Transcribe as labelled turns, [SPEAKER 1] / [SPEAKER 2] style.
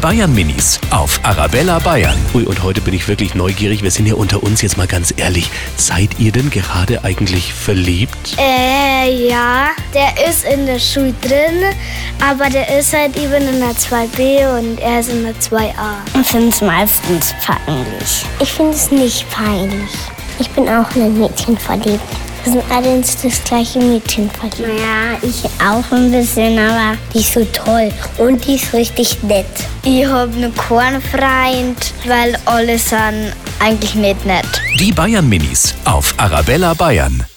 [SPEAKER 1] Bayern Minis auf Arabella Bayern.
[SPEAKER 2] Ui, und heute bin ich wirklich neugierig. Wir sind hier unter uns, jetzt mal ganz ehrlich. Seid ihr denn gerade eigentlich verliebt?
[SPEAKER 3] Äh, ja, der ist in der Schule drin, aber der ist halt eben in der 2b und er ist in der 2a.
[SPEAKER 4] Ich finde es meistens peinlich.
[SPEAKER 5] Ich finde es nicht peinlich. Ich bin auch in ein Mädchen verliebt. Wir sind alle ins das gleiche Mädchen verliebt.
[SPEAKER 4] Ja, ich auch ein bisschen, aber die ist so toll und die ist richtig nett.
[SPEAKER 6] Ich habe einen Kornfreund, weil alle sind eigentlich nicht nett.
[SPEAKER 1] Die Bayern Minis auf Arabella Bayern.